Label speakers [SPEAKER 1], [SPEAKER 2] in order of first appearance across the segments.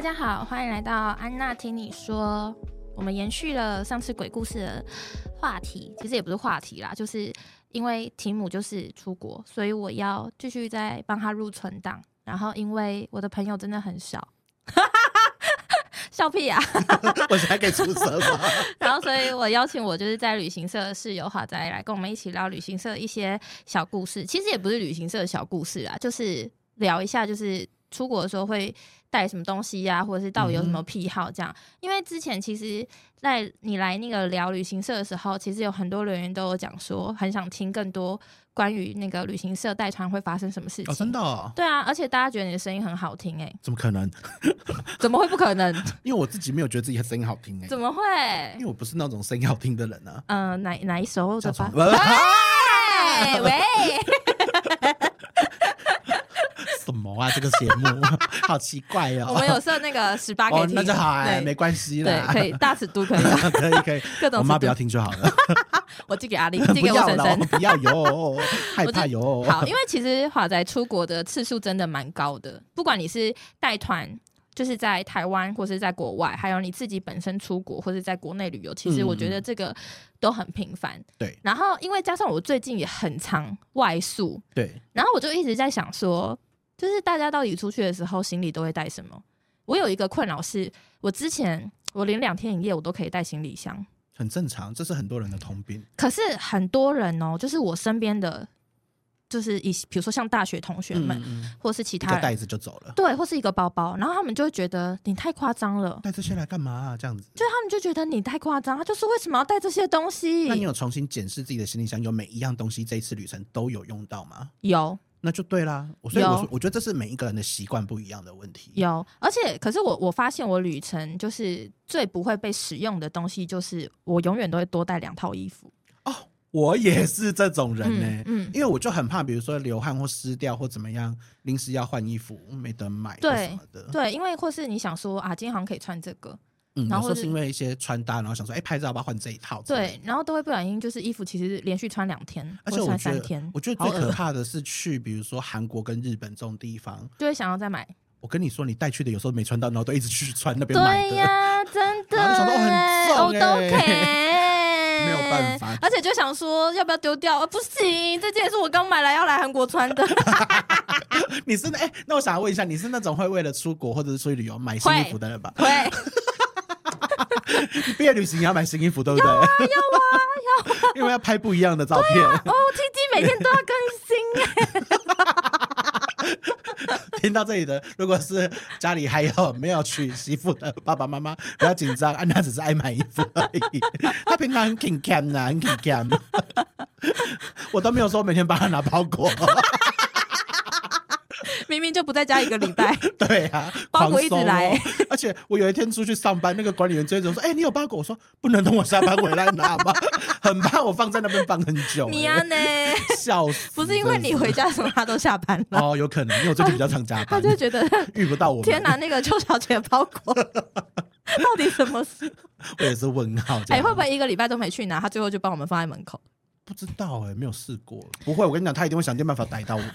[SPEAKER 1] 家好，欢迎来到安娜听你说。我们延续了上次鬼故事的话题，其实也不是话题啦，就是因为提姆就是出国，所以我要继续再帮他入存档。然后因为我的朋友真的很少， 笑屁啊！
[SPEAKER 2] 我才可以出声吗？
[SPEAKER 1] 然后，所以我邀请我就是在旅行社的室友华仔来跟我们一起聊旅行社一些小故事。其实也不是旅行社的小故事啊，就是聊一下，就是出国的时候会带什么东西呀、或者是到底有什
[SPEAKER 2] 嗯
[SPEAKER 1] 么癖好这样。因为之前其实，在你来那个聊旅行社的时候，其实有很多留言都有讲说，很想听更多关于那个旅行社带团会发生什么事情。
[SPEAKER 2] 哦，真的、哦？
[SPEAKER 1] 对啊，而且大家觉得你的声音很好听、欸，
[SPEAKER 2] 怎么可能？
[SPEAKER 1] 怎么会不可能？
[SPEAKER 2] 因为我自己没有觉得自己的声音好听哎、
[SPEAKER 1] 怎么会？
[SPEAKER 2] 因为我不是那种声音好听的人啊。
[SPEAKER 1] 嗯、哪哪一首的吧
[SPEAKER 2] 像什？么
[SPEAKER 1] 哎 喂，
[SPEAKER 2] 什么啊？这个节目 好奇怪哦。
[SPEAKER 1] 我们有设那个十八
[SPEAKER 2] 哦
[SPEAKER 1] K，，
[SPEAKER 2] 那就好哎，
[SPEAKER 1] 对
[SPEAKER 2] 没关系
[SPEAKER 1] 对
[SPEAKER 2] 啦，，
[SPEAKER 1] 可以大尺度可以，
[SPEAKER 2] 以， 可以，可以。
[SPEAKER 1] 各种
[SPEAKER 2] 我妈
[SPEAKER 1] 尺
[SPEAKER 2] 不
[SPEAKER 1] 度
[SPEAKER 2] 要听就好 了，
[SPEAKER 1] 我寄给阿玲，寄 给
[SPEAKER 2] 不要
[SPEAKER 1] 婶
[SPEAKER 2] 了，我
[SPEAKER 1] 婶。
[SPEAKER 2] 不要 有，害怕有。
[SPEAKER 1] 好，因为其实华仔出国的次数真的蛮高的，不管你是带团。就是在台湾或是在国外，还有你自己本身出国或是在国内旅游，其实
[SPEAKER 2] 嗯
[SPEAKER 1] 我觉得这个都很频繁。
[SPEAKER 2] 对
[SPEAKER 1] 然后因为加上我最近也很常外宿，
[SPEAKER 2] 对，
[SPEAKER 1] 然后我就一直在想说，就是大家到底出去的时候行李都会带什么？我有一个困扰是，我之前我连两天一夜我都可以带行李箱，
[SPEAKER 2] 很正常，这是很多人的通病。
[SPEAKER 1] 可是很多人哦，就是我身边的，就是以比如说像大学同学们，
[SPEAKER 2] 嗯
[SPEAKER 1] 或是其
[SPEAKER 2] 一
[SPEAKER 1] 他
[SPEAKER 2] 个
[SPEAKER 1] 人，
[SPEAKER 2] 袋子就走了，
[SPEAKER 1] 对，或是一个包包，然后他们就会觉得你太夸张了，
[SPEAKER 2] 带这些来干嘛啊？这样子。
[SPEAKER 1] 就他们就觉得你太夸张，他就是为什么要带这些东西
[SPEAKER 2] 那？你有重新检视自己的行李箱，有每一样东西这一次旅程都有用到吗？
[SPEAKER 1] 有
[SPEAKER 2] 那就对啦。我所以我
[SPEAKER 1] 有
[SPEAKER 2] 说，我觉得这是每一个人的习惯不一样的问题。
[SPEAKER 1] 有，而且可是我我发现我旅程就是最不会被使用的东西，就是我永远都会多带两套衣服。
[SPEAKER 2] 哦，我也是这种人呢、
[SPEAKER 1] 嗯嗯
[SPEAKER 2] 因为我就很怕，比如说流汗或湿掉或怎么样，临时要换衣服没得买，
[SPEAKER 1] 对
[SPEAKER 2] 什么的。
[SPEAKER 1] 对，因为或是你想说啊，今天好像可以穿这个，
[SPEAKER 2] 嗯，
[SPEAKER 1] 然
[SPEAKER 2] 有
[SPEAKER 1] 后
[SPEAKER 2] 时
[SPEAKER 1] 或
[SPEAKER 2] 候
[SPEAKER 1] 是
[SPEAKER 2] 是因为一些穿搭，然后想说，哎、拍照要不要换这一套？
[SPEAKER 1] 对，。然后都会不小心就是衣服其实连续穿两天，
[SPEAKER 2] 而
[SPEAKER 1] 或
[SPEAKER 2] 且我
[SPEAKER 1] 穿
[SPEAKER 2] 觉
[SPEAKER 1] 三
[SPEAKER 2] 得
[SPEAKER 1] 天，，
[SPEAKER 2] 我觉得
[SPEAKER 1] 好
[SPEAKER 2] 最可
[SPEAKER 1] 恶
[SPEAKER 2] 怕的是去，比如说韩国跟日本这种地方。
[SPEAKER 1] 就会想要再 买。
[SPEAKER 2] 我跟你说，你带去的有时候没穿到，然后都一直去穿那边买
[SPEAKER 1] 对
[SPEAKER 2] 的。
[SPEAKER 1] 呀、真的
[SPEAKER 2] 然后就想说哦很
[SPEAKER 1] 欸，
[SPEAKER 2] 重
[SPEAKER 1] 我都
[SPEAKER 2] 欸
[SPEAKER 1] 可
[SPEAKER 2] 没有办法
[SPEAKER 1] 而且就想说要不要丢掉？啊不行，这件是我刚买来要来韩国 穿的，
[SPEAKER 2] 你是那哎、那我想要问一下，你是那种会为了出国或者是出去旅游买新衣服的人吧？
[SPEAKER 1] 会要
[SPEAKER 2] 你毕业旅行也要买新衣服，对不对？要啊，要啊，因为啊要拍不一样的照片。
[SPEAKER 1] 哦，T T 每天都要更新欸
[SPEAKER 2] 听到这里的，如果是家里还有没有娶媳妇的爸爸妈妈，不要紧张，安啊娜只是爱买衣服而已。 她平常很挺 cam 呐，很挺 cam。我都没有说每天帮她拿包裹，
[SPEAKER 1] 明明就不在家一个礼拜，
[SPEAKER 2] 对啊，
[SPEAKER 1] 包裹
[SPEAKER 2] 狂
[SPEAKER 1] 一直
[SPEAKER 2] 收哦
[SPEAKER 1] 来。
[SPEAKER 2] 而且我有一天出去上班，那个管理员追着我说：“哎、你有包裹？”我说：“不能等我下班回来拿吗？很怕我放在那边放很久、
[SPEAKER 1] 你啊呢？
[SPEAKER 2] 笑死！
[SPEAKER 1] 不是因为你回
[SPEAKER 2] 真
[SPEAKER 1] 家的时候他都下班
[SPEAKER 2] 的是
[SPEAKER 1] 了，
[SPEAKER 2] 哦，有可能，因为我最近比较常加
[SPEAKER 1] 他
[SPEAKER 2] 班，
[SPEAKER 1] 就觉得
[SPEAKER 2] 遇不到我们。
[SPEAKER 1] 天哪，那个邱小姐的包 裹到底什么事？
[SPEAKER 2] 我也是问号。这
[SPEAKER 1] 哎、
[SPEAKER 2] 样
[SPEAKER 1] 会不会一个礼拜都没去拿，他最后就帮我们放在门口？
[SPEAKER 2] 不知道哎、没有试过。不会，我跟你讲，他一定会想尽办法逮到 我们。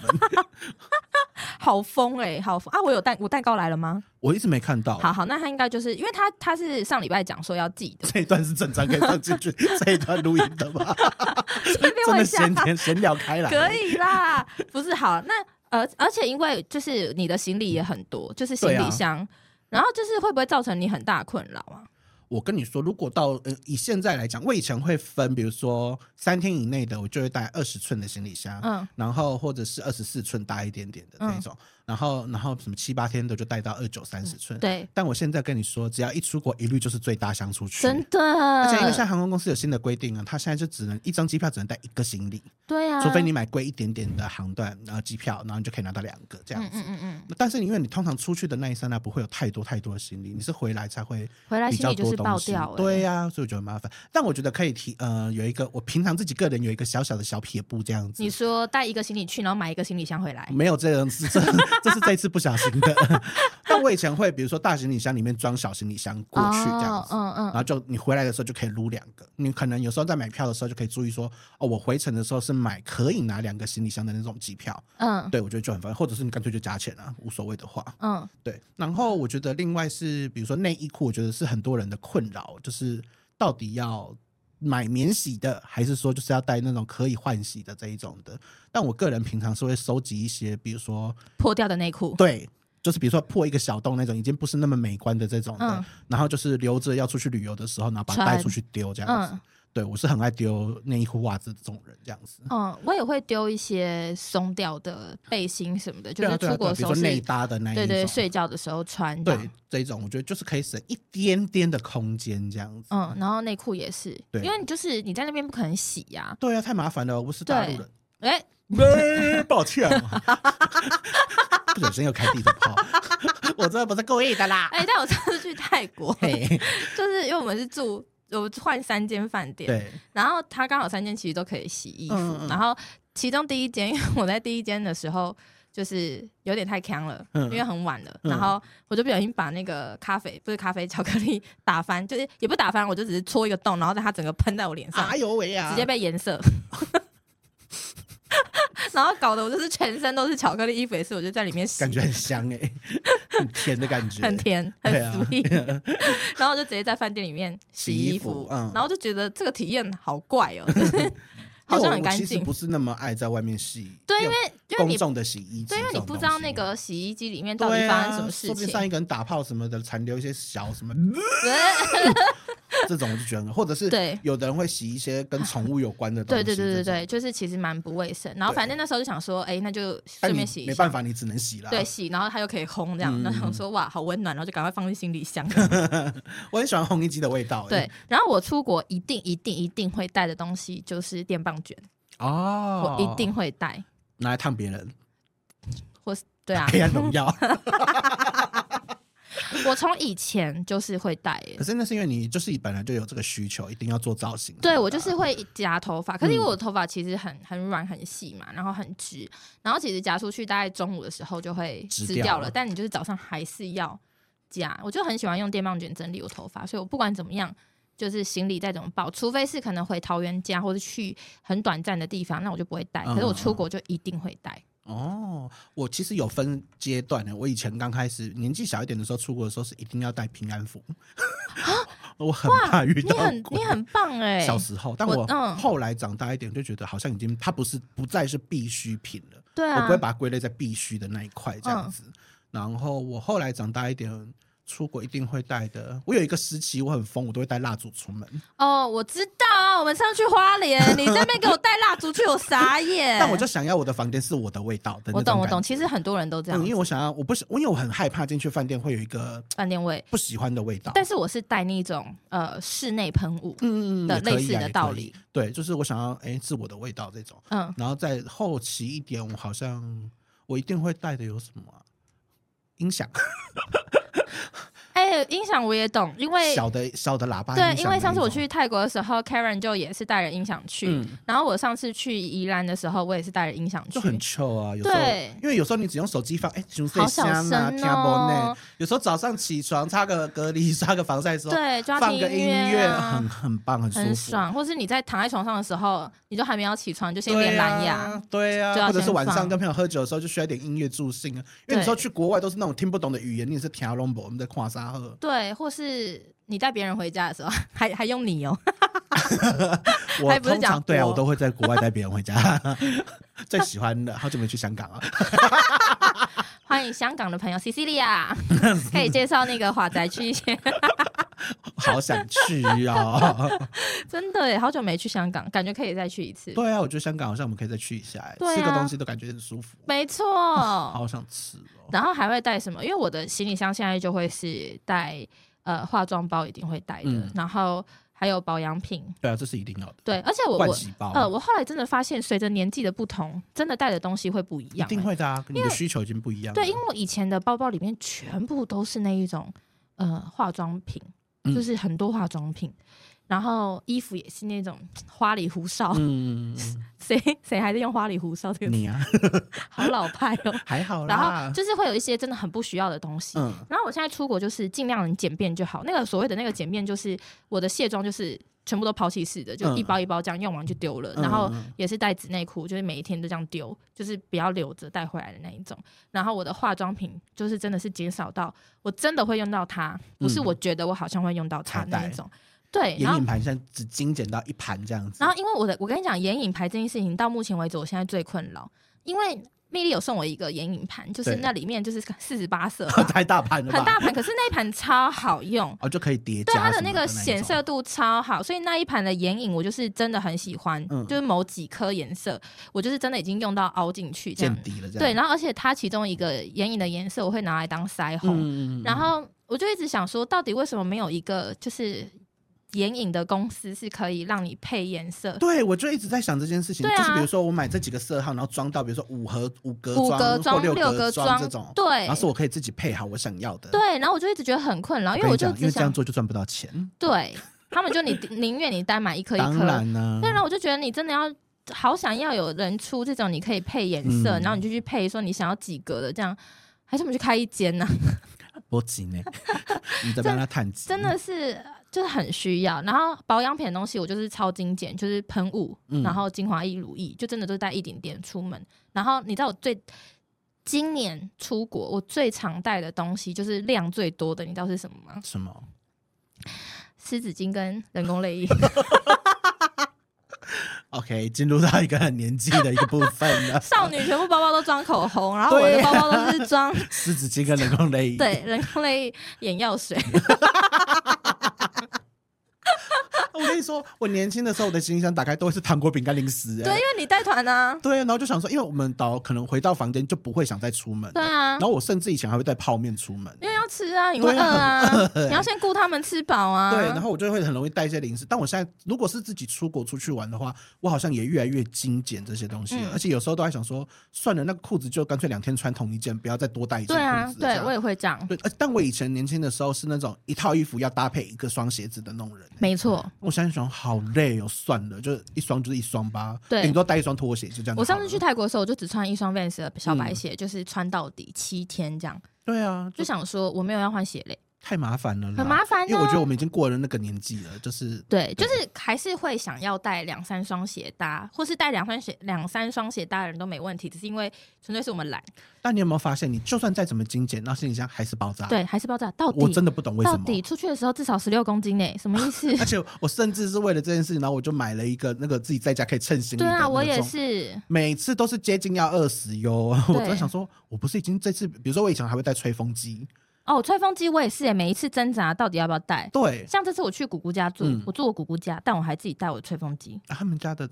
[SPEAKER 1] 好疯哎、好疯啊！我有蛋，我蛋糕来了吗？
[SPEAKER 2] 我一直没看到。
[SPEAKER 1] 好好，那他应该就是因为他他是上礼拜讲说要寄 的，
[SPEAKER 2] 这一段是正常可以放进 去这一段录音的吗？
[SPEAKER 1] 顺便
[SPEAKER 2] 真
[SPEAKER 1] 问
[SPEAKER 2] 的
[SPEAKER 1] 一下
[SPEAKER 2] 闲，天闲聊开来，
[SPEAKER 1] 可以啦，不是好那呃而而且因为就是你的行李也很多，就是行
[SPEAKER 2] 对啊
[SPEAKER 1] 李箱，然后就是会不会造成你很大的困扰啊？
[SPEAKER 2] 我跟你说，如果到呃以现在来讲，我以前会分，比如说三天以内的，我就会带二十寸的行李箱，
[SPEAKER 1] 嗯
[SPEAKER 2] 然后或者是二十四寸大一点点的那种，然后然后什么七八天的就带到二九三十寸。
[SPEAKER 1] 嗯对，
[SPEAKER 2] 但我现在跟你说，只要一出国，一律就是最大箱出去。
[SPEAKER 1] 真的，
[SPEAKER 2] 而且因为现在航空公司有新的规定啊，它现在就只能一张机票只能带一个行李，
[SPEAKER 1] 对啊，
[SPEAKER 2] 除非你买贵一点点的航段，然后机票，然后你就可以拿到两个这样
[SPEAKER 1] 嗯
[SPEAKER 2] 子。
[SPEAKER 1] 嗯嗯嗯，
[SPEAKER 2] 那但是因为你通常出去的那一刹那不会有太多太多的行李，你是回来才会
[SPEAKER 1] 回来
[SPEAKER 2] 比
[SPEAKER 1] 行
[SPEAKER 2] 较
[SPEAKER 1] 李就
[SPEAKER 2] 多
[SPEAKER 1] 是爆
[SPEAKER 2] 东西。
[SPEAKER 1] 掉、欸，
[SPEAKER 2] 对呀、所以我觉得很麻烦。但我觉得可以提呃，有一个我平常自己个人有一个小小的小撇步这样子
[SPEAKER 1] 你。说
[SPEAKER 2] 嗯
[SPEAKER 1] 带一个行李去，然后买一个行李箱回来，
[SPEAKER 2] 没有这样子，这这是这一次不小心的。但 像我以前会，比如说大行李箱里面装小行李箱过去这样子，
[SPEAKER 1] 哦嗯
[SPEAKER 2] 然后就你回来的时候就可以撸两个。你可能有时候在买票的时候就可以注意说，哦，我回程的时候是买可以拿两个行李箱的那种机票，
[SPEAKER 1] 嗯嗯
[SPEAKER 2] 对我觉得就很方便。或者是你干脆就加钱啊，无所谓的话，
[SPEAKER 1] 嗯，
[SPEAKER 2] 对。然后我觉得另外是，比如说内衣裤，我觉得是很多人的困扰，就是到底要。买免洗的，还是说就是要带那种可以换洗的这一种的？但我个人平常是会收集一些，比如说
[SPEAKER 1] 破掉的内裤，
[SPEAKER 2] 对，就是比如说破一个小洞那种，已经不是那么美观的这种的，
[SPEAKER 1] 嗯
[SPEAKER 2] 然后就是留着要出去旅游的时候，然后把它带出去丢这样子。
[SPEAKER 1] 嗯
[SPEAKER 2] 对我是很爱丢内衣裤、袜子这种人这样子。
[SPEAKER 1] 嗯，我也会丢一些松掉的背心什么的，就
[SPEAKER 2] 对啊
[SPEAKER 1] 是出
[SPEAKER 2] 对啊对
[SPEAKER 1] 国
[SPEAKER 2] 啊，
[SPEAKER 1] 的
[SPEAKER 2] 比
[SPEAKER 1] 时
[SPEAKER 2] 如
[SPEAKER 1] 候
[SPEAKER 2] 说
[SPEAKER 1] 是，
[SPEAKER 2] 内搭的那一种，
[SPEAKER 1] 对对，睡觉的时候穿的，
[SPEAKER 2] 对这一种，我觉得就是可以省一点点的空间这样子。
[SPEAKER 1] 嗯，然后内裤也是，
[SPEAKER 2] 对
[SPEAKER 1] 因为你就是你在那边不可能洗呀、
[SPEAKER 2] 对啊，太麻烦了，我是大
[SPEAKER 1] 对
[SPEAKER 2] 陆人。
[SPEAKER 1] 哎、
[SPEAKER 2] 哎，抱歉， 不小心又开地图炮，我这不是故意的啦。
[SPEAKER 1] 哎、但我上次去泰国，
[SPEAKER 2] 嘿，
[SPEAKER 1] 就是因为我们是住。有换三间饭店，
[SPEAKER 2] 对，
[SPEAKER 1] 然后他刚好三间其实都可以洗衣服，
[SPEAKER 2] 嗯嗯嗯
[SPEAKER 1] 然后其中第一间，因为我在第一间的时候就是有点太强了，
[SPEAKER 2] 嗯
[SPEAKER 1] 因为很晚了，
[SPEAKER 2] 嗯
[SPEAKER 1] 然后我就不小心把那个咖啡不是咖啡巧克力打翻，就是也不打翻，我就只是戳一个洞，然后让它整个喷在我脸上，
[SPEAKER 2] 哎呦喂呀，
[SPEAKER 1] 啊直接被颜色。 然后搞得我就是全身都是巧克力，衣服也是，我就在里面洗，
[SPEAKER 2] 感觉很香 哎，很甜的感觉，
[SPEAKER 1] 很 甜，很
[SPEAKER 2] 对啊
[SPEAKER 1] sweet，、然后 就直接在饭店里面洗
[SPEAKER 2] 洗衣
[SPEAKER 1] 衣
[SPEAKER 2] 服
[SPEAKER 1] 服，
[SPEAKER 2] 嗯
[SPEAKER 1] 然后就觉得这个体验好怪 哦，就是好像很
[SPEAKER 2] 因为我
[SPEAKER 1] 干
[SPEAKER 2] 我其实
[SPEAKER 1] 净。
[SPEAKER 2] 不是那么爱在外面洗，
[SPEAKER 1] 对，因为因为
[SPEAKER 2] 公
[SPEAKER 1] 你
[SPEAKER 2] 众的洗衣机这
[SPEAKER 1] 对，因
[SPEAKER 2] 种东西，
[SPEAKER 1] 为你不知道那个洗衣机里面到底
[SPEAKER 2] 对
[SPEAKER 1] 发生
[SPEAKER 2] 啊，
[SPEAKER 1] 什么事
[SPEAKER 2] 说不定
[SPEAKER 1] 情，
[SPEAKER 2] 上一个人打炮什 么的，残留一些小什么
[SPEAKER 1] 对
[SPEAKER 2] 这种，我就觉得很，或者是
[SPEAKER 1] 对
[SPEAKER 2] 有的人会洗一些跟宠物有关的东
[SPEAKER 1] 对对
[SPEAKER 2] 西，
[SPEAKER 1] 对对
[SPEAKER 2] 这种
[SPEAKER 1] 对，，就是其实蛮不卫生。然后
[SPEAKER 2] 对
[SPEAKER 1] 反正那时候就想说，哎，那就
[SPEAKER 2] 但
[SPEAKER 1] 顺
[SPEAKER 2] 你
[SPEAKER 1] 便洗一
[SPEAKER 2] 没
[SPEAKER 1] 下
[SPEAKER 2] 办。法，你啊嗯只能洗啦。
[SPEAKER 1] 对，洗，然后它又可以烘，这样，然后想说哇，好温暖，然后就赶快放进行李箱。
[SPEAKER 2] 嗯我很喜欢烘衣机的味道。欸
[SPEAKER 1] 对，，然后我出国一定一定一定会带的东西就是电棒卷，
[SPEAKER 2] 哦
[SPEAKER 1] 我，一定会带，
[SPEAKER 2] 拿来烫别人，
[SPEAKER 1] 或是对啊，
[SPEAKER 2] 黑暗荣 耀。
[SPEAKER 1] 我从以前就是会戴耶
[SPEAKER 2] 可。是那是因为你就是本来就有这个需求，一定要做造型。
[SPEAKER 1] 对我就是会夹头发，可是因为
[SPEAKER 2] 啊嗯
[SPEAKER 1] 我的头发其实很很软很细嘛，然后很直，然后其实夹出去大概中午的时候就会
[SPEAKER 2] 直
[SPEAKER 1] 湿
[SPEAKER 2] 掉
[SPEAKER 1] 掉了
[SPEAKER 2] 了，
[SPEAKER 1] 但你就是早上还是要夹。我就很喜欢用电棒卷整理我头发，所以我不管怎么样，就是行李再怎么抱，除非是可能回桃园家或者去很短暂的地方，那我就不会带。可是我
[SPEAKER 2] 嗯
[SPEAKER 1] 出国就一定会带。
[SPEAKER 2] 哦，我其实有分阶段欸的。我以前刚开始年纪小一点的时候，出国的时候是一定要带平安符， 我很怕遇
[SPEAKER 1] 啊你
[SPEAKER 2] 到
[SPEAKER 1] 很
[SPEAKER 2] 鬼
[SPEAKER 1] 你很 棒哎、
[SPEAKER 2] 小时候，但
[SPEAKER 1] 我
[SPEAKER 2] 我
[SPEAKER 1] 嗯
[SPEAKER 2] 后来长大一点就觉得好像已经它不是不再是必需品了，
[SPEAKER 1] 对啊，嗯
[SPEAKER 2] 我不会把它归类在必须的那一块这样子。然后我后来长大一点。出国一定会带的。我有一个时期我很疯，我都会带蜡烛出门。
[SPEAKER 1] 哦，我知道啊，我们上去花莲，你这边给我带蜡烛去，我傻眼。
[SPEAKER 2] 但我就想要我的房间是我的味道的那种
[SPEAKER 1] 哎我懂，我
[SPEAKER 2] 感
[SPEAKER 1] 懂，
[SPEAKER 2] 觉
[SPEAKER 1] 其实很多人都这
[SPEAKER 2] 嗯，
[SPEAKER 1] 样
[SPEAKER 2] 因为，我想要，我不是，因为我很害怕进去饭店会有一个
[SPEAKER 1] 饭店味。
[SPEAKER 2] 不喜欢的味道。
[SPEAKER 1] 但是我是带那种呃室内喷雾，
[SPEAKER 2] 嗯
[SPEAKER 1] 的
[SPEAKER 2] 也可
[SPEAKER 1] 类
[SPEAKER 2] 以
[SPEAKER 1] 似
[SPEAKER 2] 啊
[SPEAKER 1] 的
[SPEAKER 2] 也
[SPEAKER 1] 道
[SPEAKER 2] 可以
[SPEAKER 1] 理
[SPEAKER 2] 对，就是我想要哎是我的味道这种，
[SPEAKER 1] 嗯，
[SPEAKER 2] 然后在后期一点，我好像我一定会带的有什么啊、音响，
[SPEAKER 1] 哎、音响我也懂，因为
[SPEAKER 2] 小的小的喇叭音响那
[SPEAKER 1] 对
[SPEAKER 2] 一种。，
[SPEAKER 1] 因为上次我去泰国的时候，Karen 就也是带了音响去，
[SPEAKER 2] 嗯
[SPEAKER 1] 然后我上次去宜兰的时候，我也是带了音响去
[SPEAKER 2] 就，很臭啊，有时候
[SPEAKER 1] 对
[SPEAKER 2] 因为有时候你只用手机放，哎，熊睡
[SPEAKER 1] 好小
[SPEAKER 2] 香啊，
[SPEAKER 1] 声
[SPEAKER 2] 听不
[SPEAKER 1] 哦
[SPEAKER 2] 呢。有时候早上起床擦个隔离，擦个防晒之后，
[SPEAKER 1] 对，就要
[SPEAKER 2] 放
[SPEAKER 1] 听
[SPEAKER 2] 个音
[SPEAKER 1] 乐、啊
[SPEAKER 2] 很。很棒，很舒
[SPEAKER 1] 很
[SPEAKER 2] 服。
[SPEAKER 1] 爽，或是你在躺在床上的时候，你就还没有起床，你就先
[SPEAKER 2] 对
[SPEAKER 1] 连蓝牙，
[SPEAKER 2] 啊，对
[SPEAKER 1] 就
[SPEAKER 2] 啊，
[SPEAKER 1] 要
[SPEAKER 2] 或者是
[SPEAKER 1] 先
[SPEAKER 2] 晚上
[SPEAKER 1] 放
[SPEAKER 2] 跟朋友喝酒的时候，就需要一点音乐助兴啊。因为你
[SPEAKER 1] 对
[SPEAKER 2] 说去国外都是那种听不懂的语言，你也是听龙博，我们在跨沙喝。
[SPEAKER 1] 对，或是你带别人回家的时候，还还用你哦，
[SPEAKER 2] 我
[SPEAKER 1] 还不是
[SPEAKER 2] 通常
[SPEAKER 1] 讲
[SPEAKER 2] 对啊，
[SPEAKER 1] 国
[SPEAKER 2] 我都会在国外带别人回家， 最喜欢的。好久没去香港了，
[SPEAKER 1] 欢迎香港的朋友 c e c i l i a 可以介绍那个华仔去一些。
[SPEAKER 2] 好想去 哦。
[SPEAKER 1] 真的耶，好久没去香港，感觉可以再去一次。
[SPEAKER 2] 对啊，我觉得香港好像我们可以再去一下、欸，
[SPEAKER 1] 对啊
[SPEAKER 2] 吃个东西都感觉很舒服，
[SPEAKER 1] 没错。
[SPEAKER 2] 好想吃哦。
[SPEAKER 1] 然后还会带什么？因为我的行李箱现在就会是带呃化妆包，一定会带的，
[SPEAKER 2] 嗯
[SPEAKER 1] 然后还有保养品。
[SPEAKER 2] 对啊，这是一定要的。
[SPEAKER 1] 对，而且我
[SPEAKER 2] 换
[SPEAKER 1] 我
[SPEAKER 2] 洗包，
[SPEAKER 1] 呃，我后来真的发现，随着年纪的不同，真的带的东西会不一
[SPEAKER 2] 一
[SPEAKER 1] 样。
[SPEAKER 2] 定
[SPEAKER 1] 欸。
[SPEAKER 2] 会的啊，你的需求已经不一样了。
[SPEAKER 1] 对，因为我以前的包包里面全部都是那一种呃化妆品，
[SPEAKER 2] 嗯
[SPEAKER 1] 就是很多化妆品。然后衣服也是那种花里胡哨，
[SPEAKER 2] 嗯，嗯嗯
[SPEAKER 1] 谁谁还在用花里胡哨这
[SPEAKER 2] 嗯
[SPEAKER 1] 个词？
[SPEAKER 2] 你 啊，
[SPEAKER 1] 好老派 哦。
[SPEAKER 2] 还好
[SPEAKER 1] 然后
[SPEAKER 2] 啦。
[SPEAKER 1] 就是会有一些真的很不需要的东西。
[SPEAKER 2] 嗯，
[SPEAKER 1] 然后我现在出国就是尽量能简便就好。那个所谓的那个简便，就是我的卸妆就是全部都抛弃式的，就
[SPEAKER 2] 嗯
[SPEAKER 1] 一包一包这样用完就丢了。
[SPEAKER 2] 嗯
[SPEAKER 1] 然后
[SPEAKER 2] 嗯嗯
[SPEAKER 1] 也是带纸内裤，就是每一天都这样丢，就是不要留着带回来的那一种。然后我的化妆品就是真的是减少到我真的会用到它，不是
[SPEAKER 2] 嗯
[SPEAKER 1] 我觉得我好像会用到它
[SPEAKER 2] 卡带
[SPEAKER 1] 那一种。对，然
[SPEAKER 2] 眼
[SPEAKER 1] 后
[SPEAKER 2] 影盘现在只精简到一盘这样子。
[SPEAKER 1] 然后因为我的，我跟你讲，眼影盘这件事情到目前为止，我现在最困扰，因为蜜莉有送我一个眼影盘，就是
[SPEAKER 2] 对，
[SPEAKER 1] 那里面就是四十八色
[SPEAKER 2] 太大盘了吧？
[SPEAKER 1] 很大盘，可是那一盘超好 用。
[SPEAKER 2] 哦，就可以叠加
[SPEAKER 1] 对它
[SPEAKER 2] 什
[SPEAKER 1] 的
[SPEAKER 2] 么
[SPEAKER 1] 那
[SPEAKER 2] 那
[SPEAKER 1] 个
[SPEAKER 2] 一种
[SPEAKER 1] 显色，度超好，所以那一盘的眼影我就是真的很喜欢，
[SPEAKER 2] 嗯
[SPEAKER 1] 就是某几颗颜色，我就是真的已经用到凹进去这样
[SPEAKER 2] 见。底了这样。
[SPEAKER 1] 嗯对，然后而且它其中一个眼影的颜色我会拿来当腮红，
[SPEAKER 2] 嗯，嗯嗯嗯
[SPEAKER 1] 然后我就一直想说，到底为什么没有一个就是眼影的公司是可以让你配颜色，
[SPEAKER 2] 对我就一直在想这件事情，
[SPEAKER 1] 对啊
[SPEAKER 2] 就是比如说我买这几个色号，然后装到比如说五盒、五格
[SPEAKER 1] 五格
[SPEAKER 2] 装
[SPEAKER 1] 装、
[SPEAKER 2] 或
[SPEAKER 1] 六
[SPEAKER 2] 格
[SPEAKER 1] 格
[SPEAKER 2] 这种，
[SPEAKER 1] 对
[SPEAKER 2] 哦然后是我可以自己配好我想要的。
[SPEAKER 1] 对，然后我就一直觉得很困扰，
[SPEAKER 2] 我
[SPEAKER 1] 因为
[SPEAKER 2] 跟你
[SPEAKER 1] 我就
[SPEAKER 2] 讲，因
[SPEAKER 1] 只
[SPEAKER 2] 为这样
[SPEAKER 1] 想
[SPEAKER 2] 做就赚不到钱。
[SPEAKER 1] 对他们就你宁愿你单买一颗一
[SPEAKER 2] 当
[SPEAKER 1] 颗，
[SPEAKER 2] 然呢，
[SPEAKER 1] 对，然后啊我就觉得你真的要好想要有人出这种你可以配颜色，
[SPEAKER 2] 嗯
[SPEAKER 1] 然后你就去配说你想要几格的这样。还是我们去开一间呢、
[SPEAKER 2] 波及呢，你在帮他探级，
[SPEAKER 1] 真的是呃就是很需要。然后保养品的东西，我就是超精简，就是喷雾，
[SPEAKER 2] 嗯
[SPEAKER 1] 然后精华液、乳液，就真的都带一点点出门。然后你知道我最今年出国，我最常带的东西就是量最多的，你知道是什么吗？
[SPEAKER 2] 什么？
[SPEAKER 1] 湿纸巾跟人工泪液。，
[SPEAKER 2] OK，进入到一个很年纪的一个部分 了
[SPEAKER 1] 少女全部包包都装口红，然后我
[SPEAKER 2] 对
[SPEAKER 1] 的
[SPEAKER 2] 啊
[SPEAKER 1] 包包都是装
[SPEAKER 2] 湿纸巾跟人工泪
[SPEAKER 1] 对,、，人工泪液、眼药水。
[SPEAKER 2] 我跟你说，我年轻的时候，我的行李箱打开都会是糖果、饼干、零食、哎
[SPEAKER 1] 对，因为你带团啊，
[SPEAKER 2] 对，然后就想说，因为我们导可能回到房间就不会想再出门了，
[SPEAKER 1] 对啊
[SPEAKER 2] 然后我甚至以前还会带泡面出门，
[SPEAKER 1] 因为要吃啊，你会
[SPEAKER 2] 对
[SPEAKER 1] 饿
[SPEAKER 2] 啊
[SPEAKER 1] 啊，
[SPEAKER 2] 很饿欸
[SPEAKER 1] 你要先顾他们吃饱啊。
[SPEAKER 2] 对，然后我就会很容易带一些零食。但我现在如果是自己出国出去玩的话，我好像也越来越精简这些东西了，
[SPEAKER 1] 嗯
[SPEAKER 2] 而且有时候都还想说，算了，那个裤子就干脆两天穿同一件，不要再多带一件
[SPEAKER 1] 对啊
[SPEAKER 2] 裤，子。这
[SPEAKER 1] 对
[SPEAKER 2] 样
[SPEAKER 1] 我也会这样，
[SPEAKER 2] 对，而但我以前年轻的时候是那种一套衣服要搭配一个双鞋子的那种人。
[SPEAKER 1] 没错。
[SPEAKER 2] 我现在想好累哦，算了，就一双就是一双吧，欸
[SPEAKER 1] 对
[SPEAKER 2] 顶多带一双拖鞋就这样就好了。
[SPEAKER 1] 我上次去泰国的时候，我就只穿一双 Vans 的小白
[SPEAKER 2] 嗯
[SPEAKER 1] 鞋，就是穿到底七天这样，
[SPEAKER 2] 对啊，
[SPEAKER 1] 就
[SPEAKER 2] 就
[SPEAKER 1] 想说我没有要换鞋类，
[SPEAKER 2] 太麻烦了啦，
[SPEAKER 1] 很麻烦啊
[SPEAKER 2] 因为我觉得我们已经过了那个年纪了，就是
[SPEAKER 1] 对，就是还是会想要带两三双鞋搭，或是带两双鞋两三双鞋搭的人都没问题，只是因为纯粹是我们懒，
[SPEAKER 2] 但你有没有发现，你就算再怎么精简，那行李箱还是爆炸？，
[SPEAKER 1] 对，还是爆炸到底
[SPEAKER 2] 啊我真的不懂为什
[SPEAKER 1] 到
[SPEAKER 2] 么。哎
[SPEAKER 1] 底出去的时候至少十六公斤呢？什么意 思？
[SPEAKER 2] 而且我甚至是为了这件事，然后我就买了一个那个自己在家可以称行李
[SPEAKER 1] 对
[SPEAKER 2] 的那
[SPEAKER 1] 啊，
[SPEAKER 2] 种
[SPEAKER 1] 我也。是。
[SPEAKER 2] 每次都是接近要二十哟， 我
[SPEAKER 1] 对
[SPEAKER 2] 在想说，我不是已经这次，比如说我以前还会带吹风机，
[SPEAKER 1] 哦，吹风机我也是耶，每一次挣扎到底要不要带。
[SPEAKER 2] 对，
[SPEAKER 1] 像这次我去姑姑家住，
[SPEAKER 2] 嗯
[SPEAKER 1] 我住我姑姑家，但我还自己带我的吹风机，
[SPEAKER 2] 啊他们家的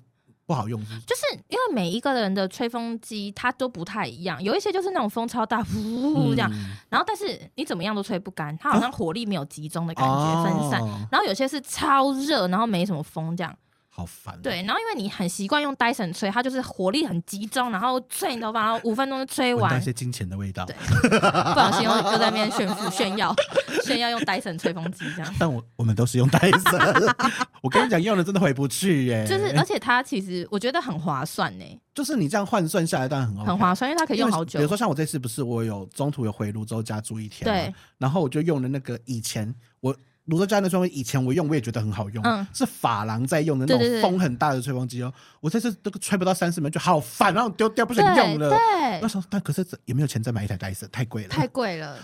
[SPEAKER 2] 不好用是不是
[SPEAKER 1] 就是因为每一个人的吹风机它都不太一样，有一些就是那种风超大，呼这样，
[SPEAKER 2] 嗯啊
[SPEAKER 1] 然后但是你怎么样都吹不干，它好像火力没有集中的感觉，分散。
[SPEAKER 2] 哦
[SPEAKER 1] 然后有些是超热，然后没什么风这样。
[SPEAKER 2] 好烦哦。
[SPEAKER 1] 对，然后因为你很习惯用 Dyson 吹，它就是火力很集中，然后吹你头发，然后五分钟就吹
[SPEAKER 2] 闻到
[SPEAKER 1] 完
[SPEAKER 2] 一，些金钱的味道
[SPEAKER 1] 对。不小心又又在那边炫富炫耀， 炫耀用 Dyson 吹风机这样。
[SPEAKER 2] 但我我们都是用戴森， 我跟你讲，用了真的回不去耶。哎
[SPEAKER 1] 就是，呃而且它其实我觉得很划算呢、
[SPEAKER 2] 就是你这样换算下来，当然很 OK
[SPEAKER 1] 很划算，因为它可以用好久
[SPEAKER 2] 哦因为比如。说像我这次不是我有中途有回泸州家住一天，
[SPEAKER 1] 对，
[SPEAKER 2] 然后我就用了那个以前我泸州家那双，以前我用我也觉得很好用，
[SPEAKER 1] 嗯
[SPEAKER 2] 是法郎在用的
[SPEAKER 1] 对
[SPEAKER 2] 那种
[SPEAKER 1] 对对
[SPEAKER 2] 风很大的吹风机哦。我这次都吹不到三十秒就好烦，然后丢掉不想用
[SPEAKER 1] 对
[SPEAKER 2] 了。那
[SPEAKER 1] 对，
[SPEAKER 2] 时候但可是这也没有钱再买一台戴森，太贵了。
[SPEAKER 1] 太贵了。